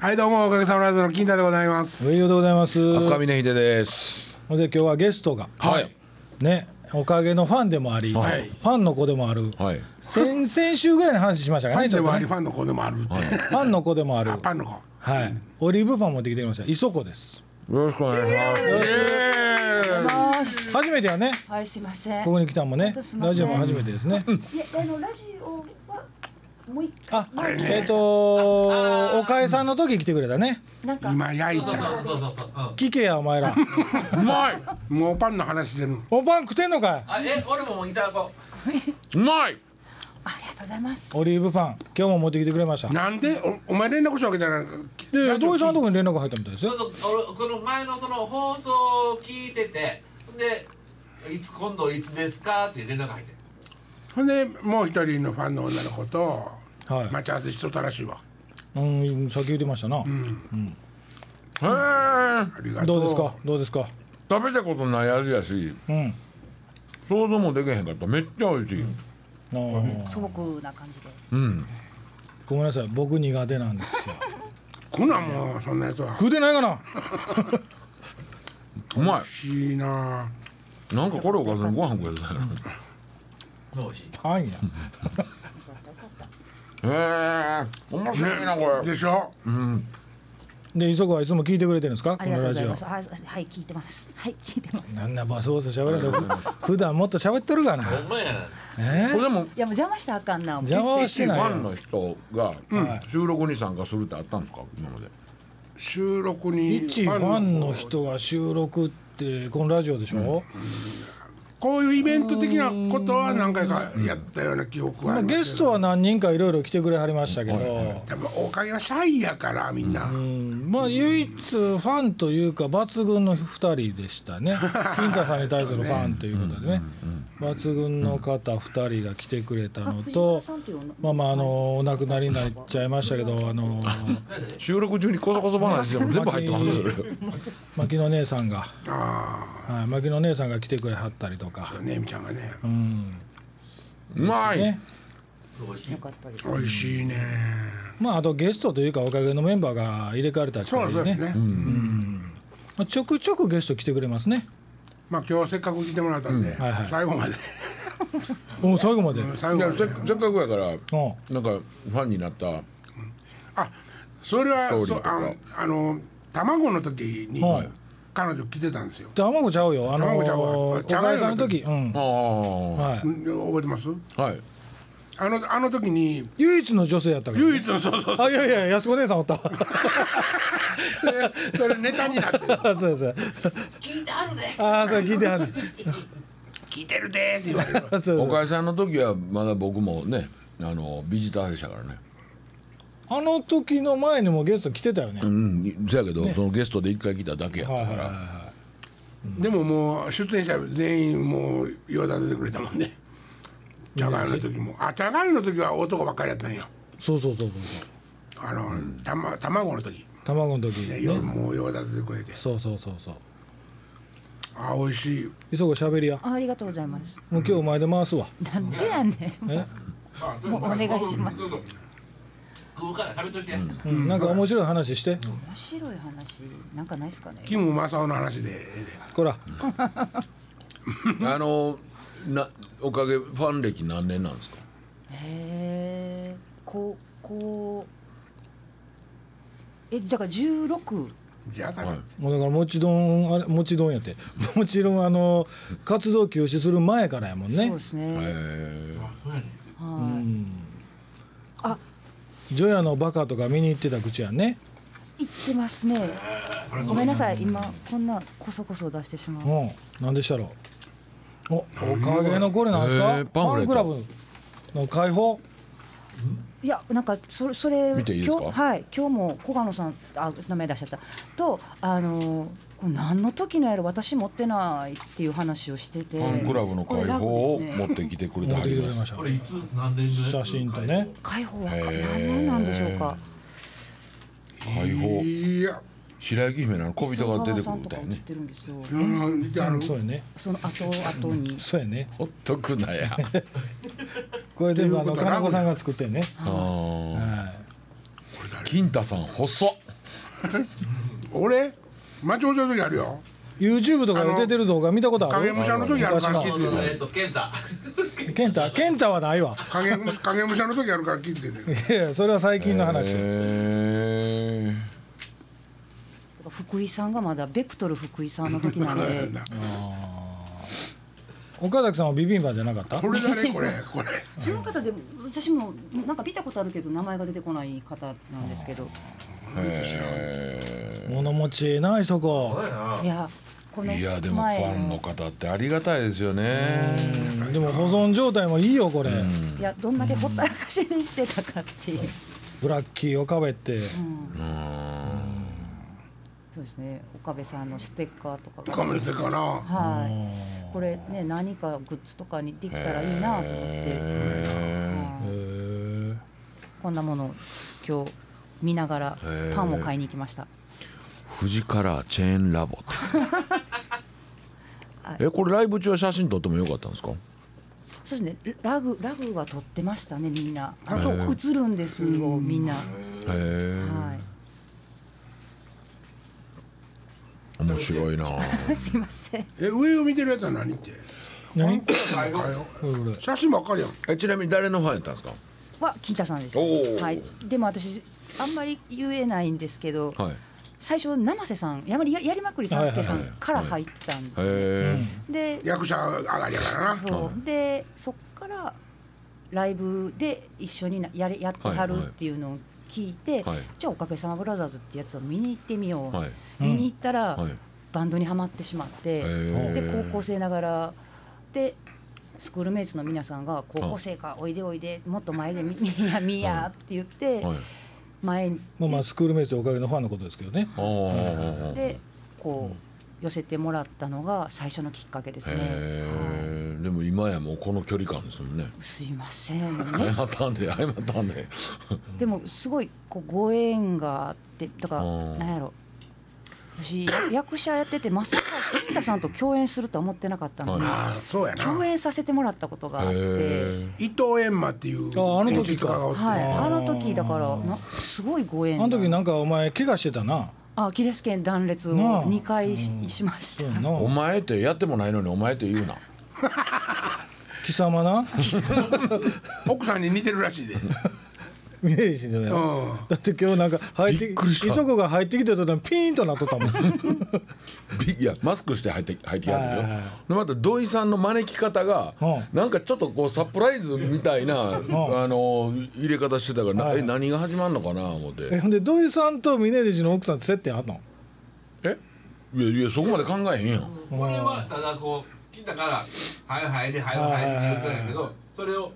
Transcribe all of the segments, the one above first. はいどうもおかげさまでの金太でございますおめでとうございます飛鳥峰秀です。で今日はゲストが、はい。ねおかげのファンでもあり、はいファンの子でもある、はい。先々週ぐらいの話しましたかフらァねンでもあちりょっファンの子でもあるって、とねファンの子でもあるあパンの子はい、オリーブパン持ってきてくれました磯子ですよろしくお願いします。ます。初めてはねはい、すいません。ここに来たのもね本当すいませんラジオも初めてですね、いや、あのラジオはもう一回あ、えっ、とおかえさんの時来てくれたねなんか今焼いた聞けやお前うらまいもうパンの話してるおパン食ってんのかいあえ俺もいただこううまい。ありがとうございます。オリーブパン今日も持ってきてくれましたなんでおお前連絡したわけじゃないで土井さんのとかこに連絡が入ったみたいですそうよそう俺この前のその放送を聞いててでいつ今度いつですかって連絡入ってほんでもう一人のファンの女の子とはい待ち合わせしとったらしいわうん先言ってましたな、へえ。ありがとどうですかどうですか食べたことない味やし、うん想像もできへんかった。めっちゃ美味しい。あー素朴な感じで。うん。ごめんなさい僕苦手なんですよこんなんもうそんなやつは食うてないかなうま。しいないなんかこれおかずにご飯くれたよ。美味しいパンやへえ。面白いなこれ。でしょで磯子はいつも聞いてくれてるんですかあこりがのとうラござジいオます。はい、はい聞いてます。はい、聞いてます。なんだバスボス喋られた普段もっと喋ってるかほなんまやえなこれでもいや、もう邪魔したらあかんな。邪魔はしてフないァンよの人が収録に参加するってあったんですか今まで。収録に一ファンの人が収録ってこのラジオでしょ、こういうイベント的なことは何回かやったような記憶はまあありますゲストは何人かいろいろ来てくれはりましたけど、やっぱおかげはシャイやからみんな、うんまあ唯一ファンというか抜群の2人でした ね金太さんに対するファンということでね抜群の方2人が来てくれたの藤原とさんっていうの。まあまああのお亡くなりになっちゃいましたけどあの収録中にこそこそ話でも全部入って ますよ。それ牧野姉さんが、あはい、牧野姉さんが来てくれはったりとかあ、ねみちゃんがねうんうまいね。美味しい美味しいねまああとゲストというかおかげのメンバーが入れ替われたりとそうかでですねねまあちょくちょくゲスト来てくれますねまあ今日せっかく来てもらったんで、はいはい最後までもう最後まで、最後いまやせでっせっかくやから。うんなんかファンになったあそれはストーリそーとうかあのあの卵の時にはい彼女来てたんですよ、卵ちゃうよあの卵ちゃうわおかげさんの時じうんああはいん覚えてますはいあのあの時に唯一の女性やったから、唯一のそう そうあいやいや安子姉さん おったそれネタになってるそうです聞いてあるねああそう聞いてはる聞いてるでーって言われるそうそうおかえさんの時はまだ僕もねあのビジターでしたからねあの時の前にもゲスト来てたよね、うんそやけど、そのゲストで一回来ただけやったはいかはいはいらはでももう出演者全員もう用立ててくれたもんね茶がゆの時もあ茶がゆの時は男ばっかりやったんよいそうそうそうそうそうあの、たま卵の時卵の時ねね夜もう用立ててくれてそうそうそうそうあ美味しい急ぐしゃべりやあありがとうございます。もう今日お前で回すわなんでやねん。え、もうお願いします。面食うから食べといて、うん、なんか面白い話して、白い話、なんかないですかね。キム・マサオの話でこらあのなおかげファン歴何年なんですかへえ。こう、こう。え、だから十六。じゃあ、はいもうだからもち丼あれもち丼やって もちろんあの活動休止する前からやもんそうねですね。えあそうやねうはんあジョヤのバカとか見に行ってた口やんねい。行ってますね。ごめんなさい、今こんなこそこそ出してしまう。うん、なんでしたろう。お、おかげのこれなんですへかー。パンパフレンックトラブの開放。いやなんかそれそれ見ていいです今か日はい今日も小賀野さんあ名前出しちゃったとあのーこれ何の時のやろ私持ってないっていう話をしててファンクラブの開放を持ってきてくれて持っはてきりてくれまますしたこ。れいつ何年のやつ写真とね開放はへ何ー年なんでしょうか開放いや白雪姫の小人が出てくるみたい小川さんとか映ねってるんですようん見てあうるん、そうやね。その後後にそうやね。ほっとくなやこれであというのことは金子さんが作ってね。あーは金太さん細っ俺待ち合わせの時あるよ YouTube とかで出てる動画見たことあ影る武者の時あるから気昔のづいてえっと健太健太健太はないわ影武影武者の 時あるから気づいてていやいやそれは最近の話、へ福井さんがまだベクトル福井さんの 時なんで岡崎さんはビビンバじゃなかったこれだねこれこれその方で私もなんか見たことあるけど名前が出てこない方なんですけどえ物持ちええないそこいやこのいやでもフ前ァンの方ってありがたいですよねでも保存状態もいいよこれ、いやどんだけほったらかしにしてたかっていう、ブラッキー岡部ってうんうんそうですね岡部さんのステッカーとかカメラでかなはいこれね何かグッズとかにできたらいいなと思って、へはいえこんなものを今日見ながらへえパンを買いに行きました富士カラーチェーンラ ボはってえこれライブ中は写真撮ってもよかったんですかそうですねラグラグは撮ってましたねみんなあそうか映るんですよみんな、へえはい 面白いなすいません。え上を見てるやつは何って何こなんかよれこれ写真ばっかりやんえちなみに誰のファンやったんですかはキータさんです。おーはい。でも私あんまり言えないんですけど、はいへ最初生瀬さん、やまりややりまくり三助さはいはいんはいから入ったんですよ。えで、役者上がりやからなそうでそっからライブで一緒になやれやってはるはいはいっていうのを聞いて、はいじゃあおかげさまブラザーズってやつを見に行ってみよう。はいうん見に行ったら、はいバンドにはまってしまって、ーで高校生ながらでスクールメイツの皆さんが「高校生かおいでおいでもっと前でみ みやみや」って言って、はい前にまあまあスクールメイツおかげのファンのことですけどねあーでこう寄せてもらったのが最初のきっかけですね。はいへえでも今やもうこの距離感ですもんねすいま せん、ね、謝ったんで謝ったんででもすごいこうご縁があってだからうんなんやろ私役者やっててまさか金太さんと共演するとは思ってなかったんで、はいああそうやな共演させてもらったことがあっへて。え伊藤閻魔っていうああの時か演出家がおってはい、あの時だからなすごいごあ縁がの時なんかお前怪我してたなあアキレス腱断裂をなあ2回し,、うんしましそうたやなお前ってやってもないのにお前って言うな貴 様な奥さんに似てるらしいで見えへんしんじゃないうんだって今日なんか入ってびっくりした磯子が入ってきた途端ピーンとなっとったもん びいやマスクして入って入ってきたではしいはいはょでまた土井さんの招き方がうなんかちょっとこうサプライズみたいなあの入れ方してたからなはいえ何が始まるのかな思っえてほんで土井さんと峰岸の奥さんって接点あんのえいやいやそこまで考えへんやんこれはただこう金太から「はいはいではいはい」って言ってたんやけどそれを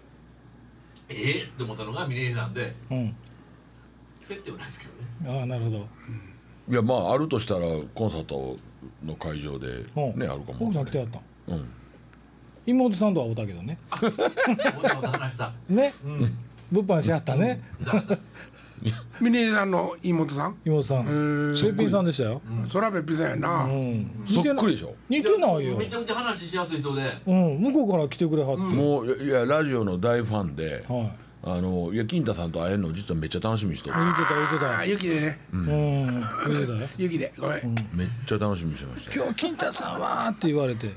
「えーっ?」って思ったのがミレイなんでうん接点はないですけど ねああなるほどいやまああるとしたらコンサートの会場でうんねあるかも奥さん来てやったんうん妹さんとは会うたけどねこんなこと話したね、物販しはったね、峰井さんの妹さん妹さんへーべっぴんさんでしたよ、そらべっぴさんやな、うん、そっくりでしょょ似てないよめちゃめちゃ話しやすい人でうん、向こうから来てくれはって、もういやラジオの大ファンではいあのいや金太さんと会えるの実はめっちゃ楽しみにしてる言ってた言ってあた雪でねうん言ってたよ雪でごめん、めっちゃ楽しみにしてました今日金太さんはって言われて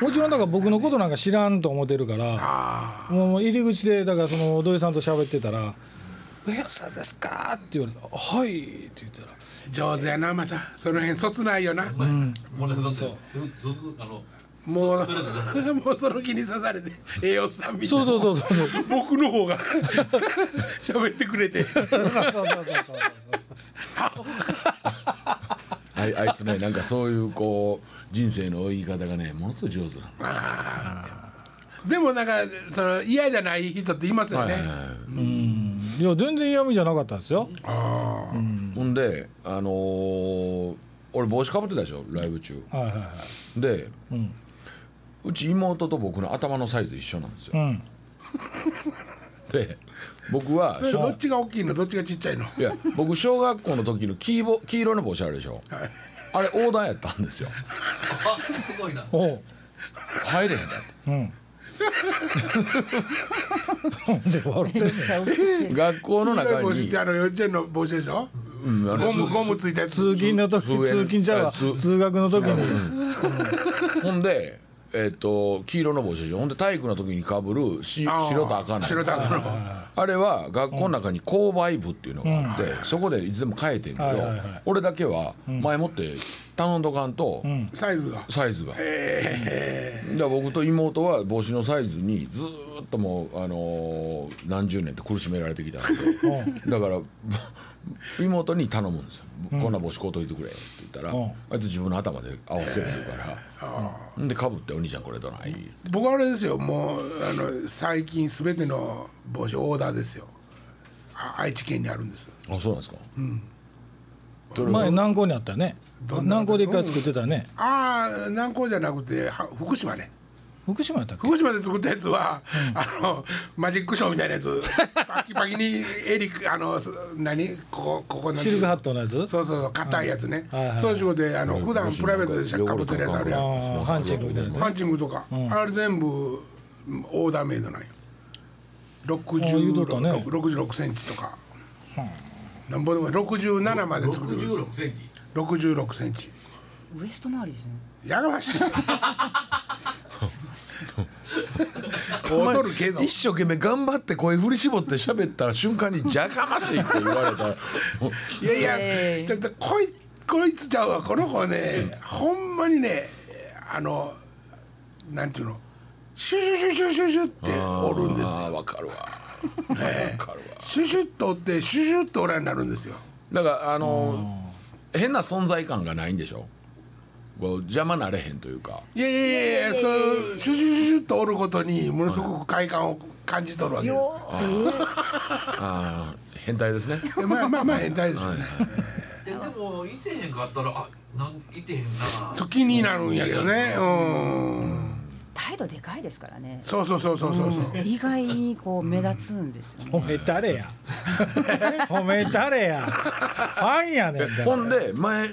もちろんだから僕のことなんか知らんと思ってるからあもう入り口でだからその土井さんと喋ってたら「上野さんですか?」って言われて「はい」って言ったらー上手やなまたその辺そつないよな、もうねだってずずあのもうもう その気に刺されて栄養さんみたいなそうそうそうそう そう僕の方が 喋ってくれてそうそうそうそうあいあいつねなんかそういうこう人生の言い方がねものすごい上手なんですよでもなんかその嫌じゃない人っていますよね、はいはいはいいや全然嫌味じゃなかったですよほんであのー俺帽子かぶってたでしょライブ中はいはいはいでうんうち妹と僕の頭のサイズ一緒なんですうよんで僕はそれ小どっちが大きいのどっちがちっちゃいのいや僕小学校の時の黄色黄色の帽子あるでしょはいあれ横断やったんですよあすごいなおう入れへんかっうんなんで笑ってんのめっちゃ受けてた学校の黄色中い帽子ってにあの幼稚園の帽子でしょうんあのゴムゴムついたやつ通勤の時通通勤じゃうわあ通通学の時にほんでえっ、と黄色の帽子でしょほんで体育の時にかぶるしあー白と赤の白と赤のあれは学校の中に購買部っていうのがあって、そこでいつでも買えてんけど、はいはいはい俺だけは前もって頼んどかんとサイズがサイズが、だから僕と妹は帽子のサイズにずーっともう、あのー何十年って苦しめられてきたんだけどだからぼ妹に頼むんですよ「こんな帽子こうといてくれ」って言ったら、うんあいつ自分の頭で合わせるから、うんでかぶって「お兄ちゃんこれどない?」僕はあれですよもうあの最近すべての帽子オーダーですよあ愛知県にあるんですあそうなんですか、前南港にあったねどんな南港で一回作ってたねああ南高じゃなくては福島ね福島やったっけ福島で作ったやつは、あのマジックショーみたいなやつパキパキに襟あのす何ここここなんてシいうルクハットのやつそうそうそう硬いやつね、はいはいはいそういう仕事であの普段プライベートでししかかぶってるやつあるやんあーハンチングみたいなやつパンチングとか、あれ全部オーダーメイドなんよあ言うとったね60 66センチとか、なんぼでも67まで作ってくる66センチ66センチウエスト周りですねやがましい劣るけど一生懸命頑張って声振り絞って喋ったら瞬間に「じゃかましい」って言わ れたら いやいや、えだってこいこいつちゃうわこの子ね、ほんまにねあのなんていうのシュシュシュシュシュシュっておるんですあーよ。わかるわ ええわかるわシュシュッと折ってシュシュッと俺になるんですよ。だからあの変な存在感がないんでしょこう邪魔なれへんというかいやいやいやそうシュシュシュシュッと折ることにものすごく快感を感じとるわけでよーあー変態です ねす。でまあまあまあ変態ですよね。えでもいてへんかったらあなんいてへんなそう気になるんやけどね。うん。態度でかいですからねそうそうそうそうそうそう。意外にこう目立つんですよね褒めたれ や褒めたれやファンやねんだからほんで前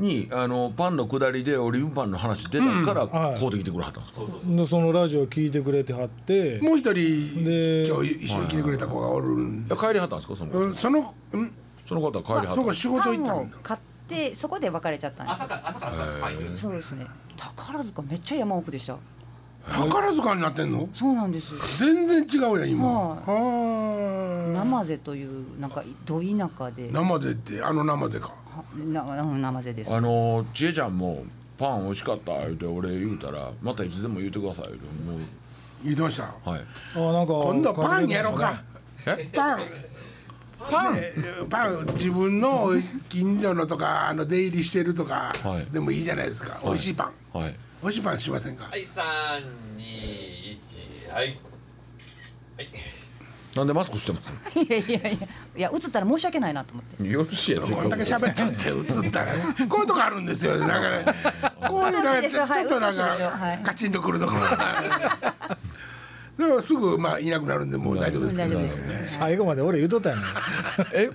にあのパンの下りでオリーブパンの話出たからはいこうてきてくれはったんですか、でそのラジオ聞いてくれてはってもう一人で今日一緒に来てくれた子がおるんで。いや帰りはったんですかその、うんそのうんその方は帰りはったそんうかですか仕パ事行ンったをんだ。買ってそこで別れちゃったんです朝から朝から入るそうですね宝塚めっちゃ山奥でした宝塚になってんの？そうなんですよ全然違うやん今。ははあ。生瀬というなんかど田舎で生瀬ってあの生瀬か。はなうん生瀬ですあのちえちゃんもパン美味しかった言うて俺言うたらまたいつでも言うてください言うても言ってました。うはいあなんか今度パンやろうか。えパン。パン、パン自分の近所のとかあの出入りしてるとかはいでもいいじゃないですか、美味しいパンはい美味しいパンしませんか、はい三二一はいはいなんでマスクしてますいやいやいやいや映ったら申し訳ないなと思ってよろしいやせっこかんくだけ喋っとって映ったらねこういうとこあるんですよなんかねこういうの楽しいがでちしょょちょっとなんか、はい楽しいでしょはいカチンとくるところがでもすぐまあいなくなるんでもう大丈夫ですけ大ど丈夫です最後まで俺言うとったやんえ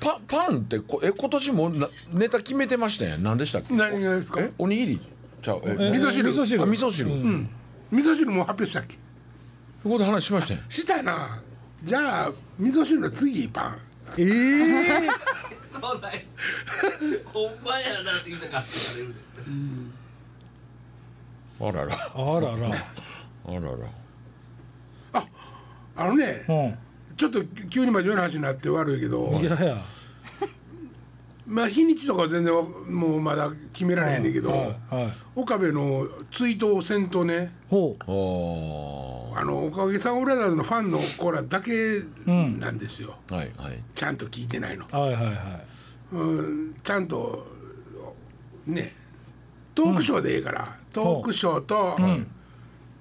パパンってこえ今年もなネタ決めてましたやん何でしたっけ何がですかえおにぎりちゃうええ味噌汁味噌汁あ味噌汁、うん、味噌汁もう発表したっけここで話しましたやんしたなじゃあ味噌汁の次パンええ来ないほんまやなって言ったからって言われるであららあららあららあのねうちょっと急に真面目な話になって悪いけどんいやいやまあ日にちとかは全然わもうまだ決められへんねんけど、はいはい岡部の追悼戦とねほうあーあのおかげさんブラザーズのファンの子らだけなんですよ、はいはいちゃんと聞いてないの、はいはいはうん、ちゃんとねトークショーでええから、トークショーと、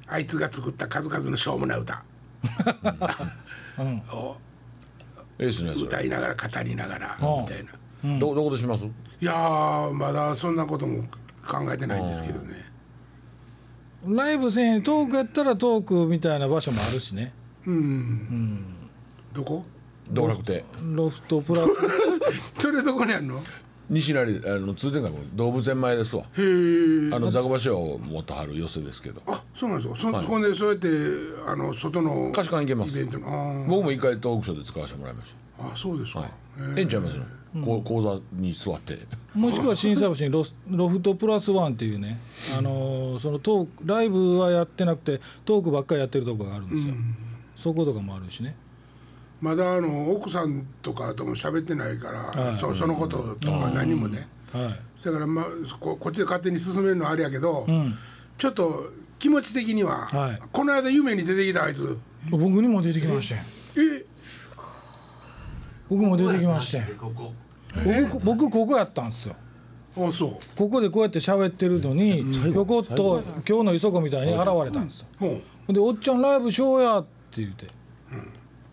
あいつが作った数々のしょうもない歌いうんをええですねそ歌れいながら語りながらうんみたいな、どどこでしますいやーまだそんなことも考えてないんですけどねライブせんよりトークやったらトークみたいな場所もあるしねうん、どこ道楽亭ロフトプラス それどこにあるのへ西成あの通天閣の動物園前ですわえあのザコバシを持ってはる寄せですけどあそうなんですよそ,、そこでそうやってあの外の貸し館行けますイベントのあー僕も一回トークショーで使わせてもらいましたあそうですか、ええんちゃいますの、こう講座に座ってもしくは震災橋にロスロフトプラスワンっていうね、あのーそのトークライブはやってなくてトークばっかりやってるとこがあるんですよ、そことかもあるしねまだあの奥さんとかとも喋ってないから、いそそのこととか何もね、はそれから、まあ、ここっちで勝手に進めるのはあれやけど、い、うん、ちょっと気持ち的には、はいこの間夢に出てきたあいつ僕にも出てきましたよえ僕も出てきましたよここ僕僕ここやったんですよあそここでこうやって喋ってるのにひょこっと今日の磯子みたいに現れたんですようほほんで「おっちゃんライブしようや」って言って、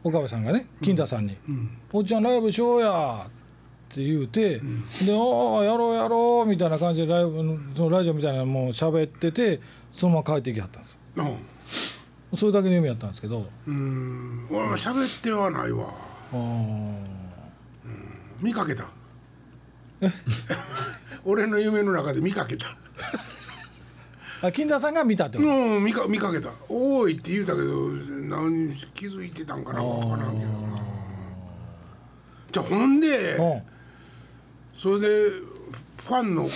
岡部さんがね金太さんにう、うん、 「おっちゃんライブしようや」って言うて、で「ああやろうやろう」みたいな感じでライブのそのラジオみたいなのもう喋っててそのまま帰ってきはったんですうんそれだけの夢やったんですけどうん俺は喋ってはないわあー見かけた 俺の夢の中で見かけたあ金田さんが見たってこと、うん見か見かけた「おーい」って言うたけど何気づいてたんかな分からんけどなじゃあほんでうんそれでファンの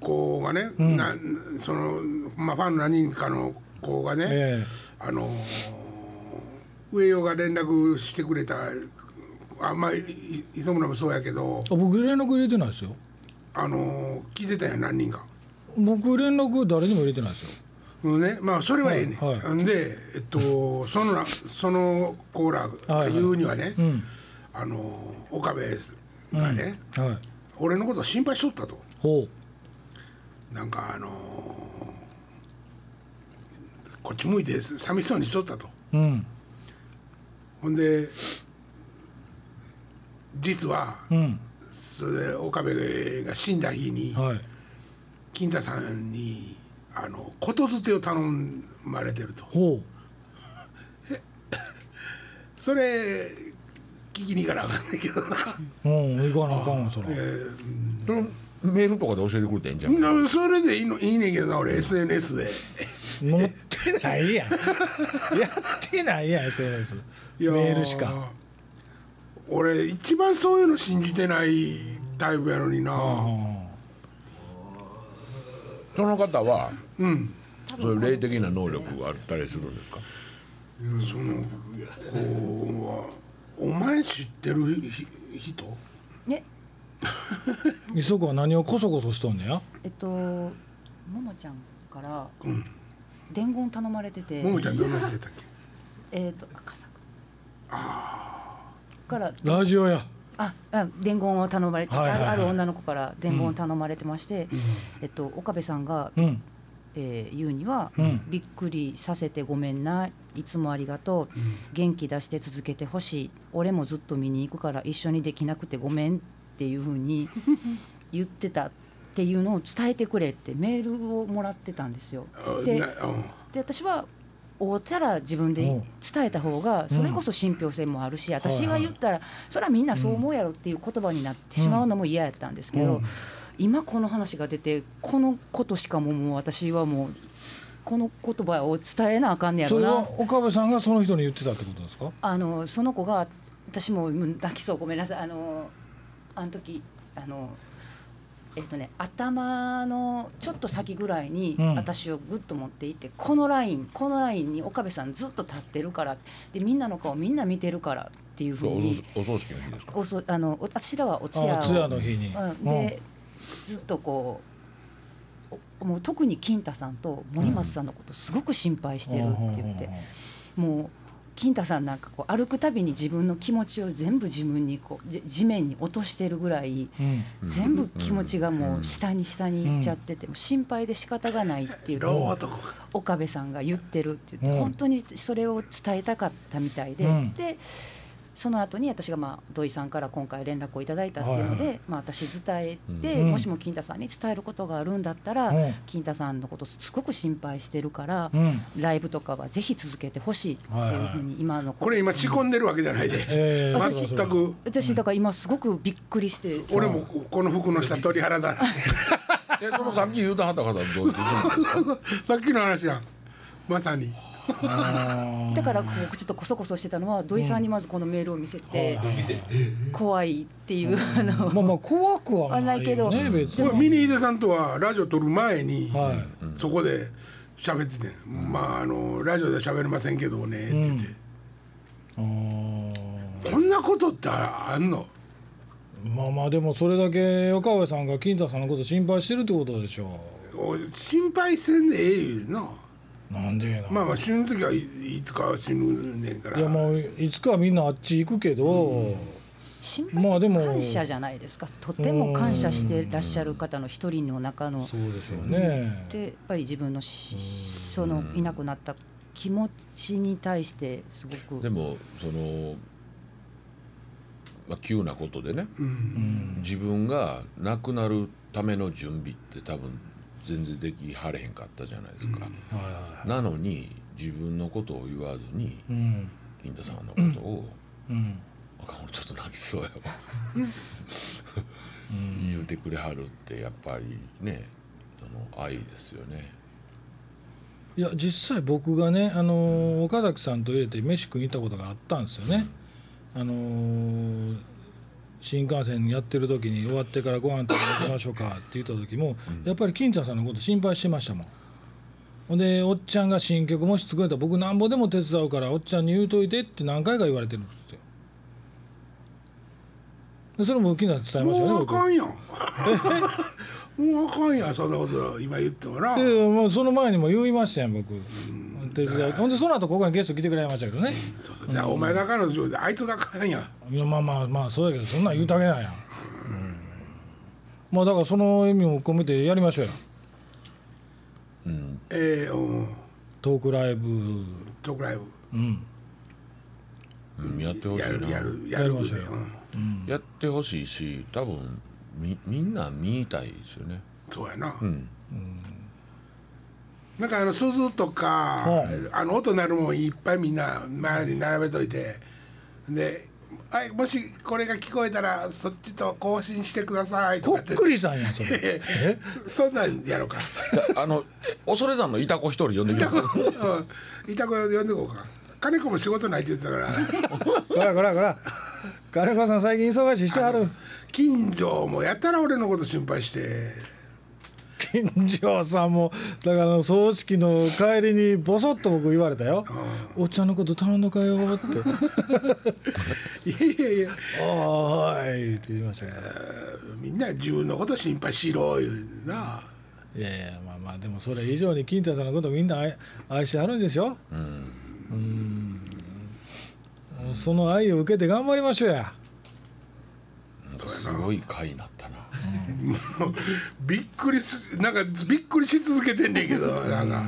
子がね、なそのまあ、ファンの何人かの子がね、ええあのー上与が連絡してくれたあまあい磯村もそうやけどあ僕連絡入れてないですよあのー聞いてたやん何人か。僕連絡誰にも入れてないですよねまあ、それはええね、はいはんで、えっと、そのらそのコーラが言うにはね、うんあのー岡部がね、はい俺のことを心配しとったと。ほなんかあのーこっち向いて寂しそうにしとったとううんほんで実はうんそれで岡部が死んだ日にはい金太さんにあのことづてを頼まれてるとほそれ聞きに行かなあかんねんけどな、ううん行かなあかんわそらえそれメールとかで教えてくれてんじゃん、ーなそれでいいのいいねんけどな俺 SNS で乗ってないやんやってないやん SNS メールしか俺一番そういうの信じてないタイプやのにな、うんその方はうん、そういう霊的な能力があったりするんですかその子はお前知ってるひ人ね磯子は何をこそこそしとんねやえっとももちゃんから伝言頼まれてて、ももちゃんどんな人やったっけえっと赤坂からラジオやああ伝言を頼まれて、はいはいはいあるある女の子から伝言を頼まれてまして、えっと岡部さんが、うんえー言うには、うんびっくりさせてごめんないつもありがとう、元気出して続けてほしい俺もずっと見に行くから一緒にできなくてごめんっていうふうに言ってたっていうのを伝えてくれってメールをもらってたんですよ。あでなうんで私は会うたら自分でうん伝えた方がそれこそ信憑性もあるし、私が言ったらそれはみんなそう思うやろっていう言葉になってしまうのも嫌やったんですけど、うん今この話が出てこのことしかももう私はもうこの言葉を伝えなあかんねやそろれなは岡部さんがその人に言ってたってことですかあのその子が私もうん泣きそうごめんなさいあのあの時あのえっとね頭のちょっと先ぐらいにうん私をグッと持っていって、このラインこのラインに岡部さんずっと立ってるからでみんなの顔みんな見てるからっていうふそうれおにお葬式の日ですかおそあの私らはお通夜あを通夜の日にうん、で、ずっとこうおもう特に金太さんと森松さんのことすごく心配してるって言って。もう金太さんなんかこう歩くたびに自分の気持ちを全部自分にこうじ地面に落としてるぐらいうん全部気持ちがもう下に下に行っちゃっててもう心配で仕方がないっていう老男か岡部さんが言ってるって言っうんて本当にそれを伝えたかったみたいで、うんでその後に私がまあ土井さんから今回連絡をいただいたっていうので、はいまあ、私伝えて、うんもしも金太さんに伝えることがあるんだったうら、ん金太さんのことすごく心配してるから、うんライブとかはぜひ続けてほしいっていうふうに今の子これ今仕込んでるわけじゃないで、えー全く私だから今すごくびっくりして、俺もこの服の下鳥肌 だえそのさっき言うたはった方はどうですかさっきの話やんまさにあーだからこうちょっとこそこそしてたのは土井さんにまずこのメールを見せて怖いっていうあ のまあまあ怖くはない よねはないけど別これにミニ井出さんとはラジオ撮る前に、はいそこで喋ってて、まああのラジオでは喋れませんけどねって言って、あーこんなことってあんのまあまあでもそれだけ岡部さんが金太さんのこと心配してるってことでしょお心配せんでええ言うのうなんでやな、まあまあ死ぬ時はい、いつかは死ぬねんからいやもういつかみんなあっち行くけど、心まあで配も感謝じゃないですかとても感謝してらっしゃる方の一人の中のそうでしょうね、でやっぱり自分のしそのいなくなった気持ちに対してすごでくもその、まあ、急なことでねうんうん自分が亡くなるための準備って多分全然できはれへんかったじゃないですか、はいはいはなのに自分のことを言わずにいうん金太さんのことを、うんあかん俺ちょっと泣きそうやわ言うてくれはるってやっぱりねその愛ですよねいや実際僕がね、あのー岡崎さんと入れて飯食いに行ったことがあったんですよね、あのー新幹線やってる時に終わってからご飯食べに行きましょうかって言った時も、やっぱり金ちゃんさんのこと心配してましたもんほんでおっちゃんが新曲もし作れたら僕なんぼでも手伝うからおっちゃんに言うといてって何回か言われてるんですよでそれも金ちゃんに伝えましたもよねうあ僕かんやん もうあかんやんそんなこと今言ってもな、でもうその前にも言いましたよ僕手伝うほんでその後ここにゲスト来てくれましたけどねそうそうじゃあお前があかんの上手あいつがあかんやんいやまあまあまあそうやけどそんなん言うたげないやん、まあだからその意味も込めてやりましょうようんええうんトークライブトークライブうんうんやってほしやいなるややるやりましょうんよってほしいし多分みみんな見たいですよねそうやな、うんなんかあの鈴とか、はいあの音鳴るもんいっぱいみんな周りに並べといてで「はいもしこれが聞こえたらそっちと更新してください」とこかっってくりさんやんそれえ そんなんやろうか だあの恐山のいた子一人呼んできますうんいた子呼んでこうか金子も仕事ないって言ってたからこらこらこら金子さん最近忙しいしてはる近所もやったら俺のこと心配して金城さんもだからあの葬式の帰りにボソッと僕言われたよ「おっちゃんのこと頼んだかよ」って 「いやいやいや「おーい」って言いましたけどみんな自分のこと心配しろ」言うないやいやまあまあでもそれ以上に金太さんのことみんな愛愛してはるんでしょうんもうその愛を受けて頑張りましょうやなんかすごい回になったなもうびっくりすなんかびっくりし続けてんねんけどなんか。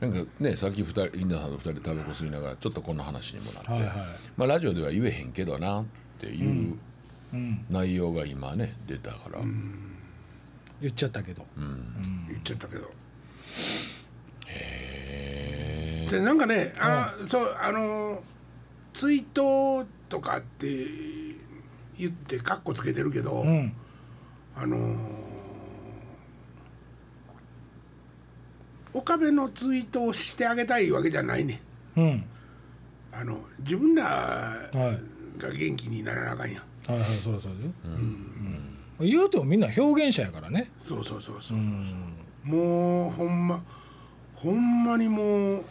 なんかねさっき二人インダさんと二人でタバコ吸いながらちょっとこの話にもなって、はいはいまあ、ラジオでは言えへんけどなっていうう内容が今ね出たから、言っちゃったけど、言っちゃったけど。へえでなんかねあ、そうあの追悼とかって言ってカッコつけてるけど、うん、あの岡部のツイートをしてあげたいわけじゃないねうんはいあの自分らはいが元気にならなあかんやんはいそらそうだよ、うん言うてもみんな表現者やからねそうそうそうそう、もうほんまほんまにもう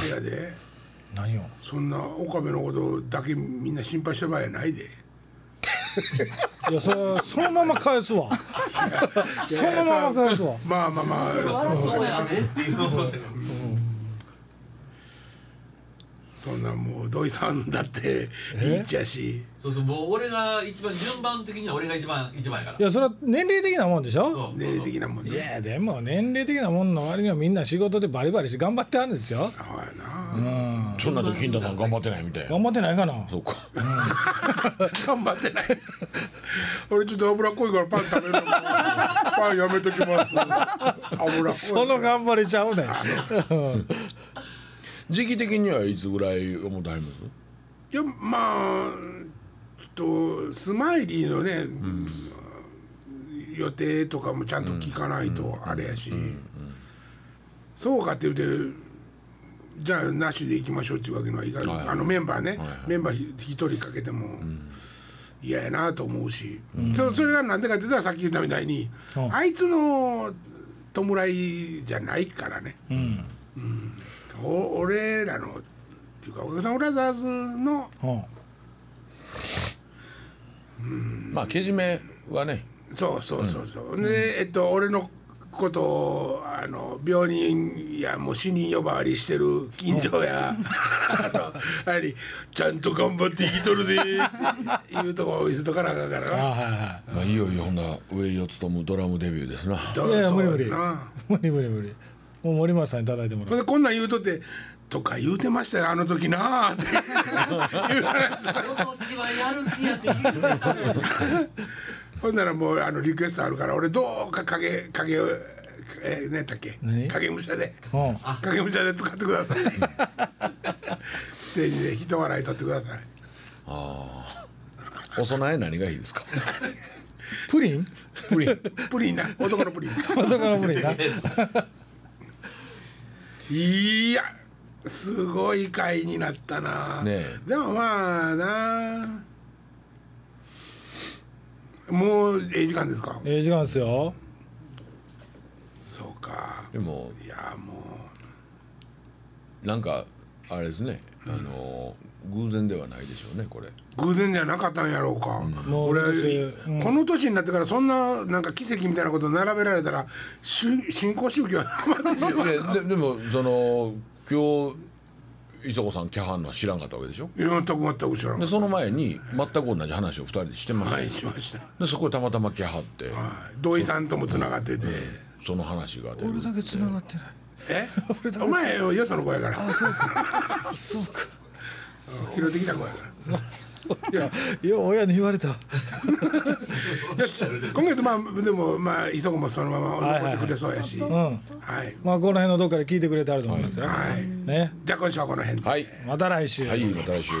あれやで何をそんな岡部のことだけみんな心配した場合やないで。いやそれはそのまま返 すわそのまま返すわまあまあまあそうやねっていうそんなもう土井さんだってリーチやしそうそうもう俺が一番順番的には俺が一番一番やからいやそれは年齢的なもんでしょそう年齢的なもんいねやでも年齢的なもんの割にはみんな仕事でバリバリして頑張ってはるんですよ、ああやう、なんそんなと金田さん頑張ってないみたいな頑張ってないかなそうか頑張ってない 俺ちょっと脂っこいからパン食べるのもパンやめとき ます脂っこいその頑張りちゃうねん。時期的にはいつぐらい思ってはりますいやまあとスマイリーのね、予定とかもちゃんと聞かないとあれやし、そうかって言うてじゃあなしでいきましょうっていうわけにはいかない、はいあのメンバーね、はいメンバーひ一人かけても嫌、やなと思うし、そそれが何でかって言ったらさっき言ったみたいに、うんあいつの弔いじゃないからねうんお俺らのっていうかお客さんブラザーズのはまあけじめはねそうそうそうそう、でえっと俺のことをあの病人やもう死人呼ばわりしてる近所や、あのあれちゃんと頑張って生きとるぜっていうとこを見せとかなあかんからあな。はいはいまあいよいよほんな上井を務むドラムデビューですなどういやいや無理無理そうやな無理無理無理もう森松さんに叩いてもほんらうでこんなん言うとって「とか言うてましたよあの時なあ」って言うからさ私はやる気やって聞いてくれたのよほんならもうあのリクエストあるから俺どうか影影をえー何やったっけ何影武者で。うん影武者で使ってく ださいステージで人笑い取ってくださいお供え何がいいですか プリンプリンプリンな男のプリン男のプリン ないやすごい回になったな、ねでもまあなもうええ時間ですかええ時間ですよそうかでもいやもなんかあれですねあの偶然ではないでしょうねこれう偶然じゃなかったんやろうか、もう俺、私うんこの年になってからそんななんか奇跡みたいなこと並べられたらしゅ新興宗教はまってしまう いやででもその今日磯子さん来はんのは知らんかったわけでしょいろんなとこ全く知らんでその前に全く同じ話を二人でしてましたはよ、いしましたでそこへたまたま来はってはい土井さんともつながってて、その話が出る俺だけ繋がってない えお前よその子やからそうか拾ってきた子やからいや親に言われた よし今月まあでもまあ磯子もそのまま残ってくれそうやしうはんいまあこの辺のどっかで聞いてくれてあると思いますよはいねじゃあ今週はこの辺ではいまた来週はいまた来週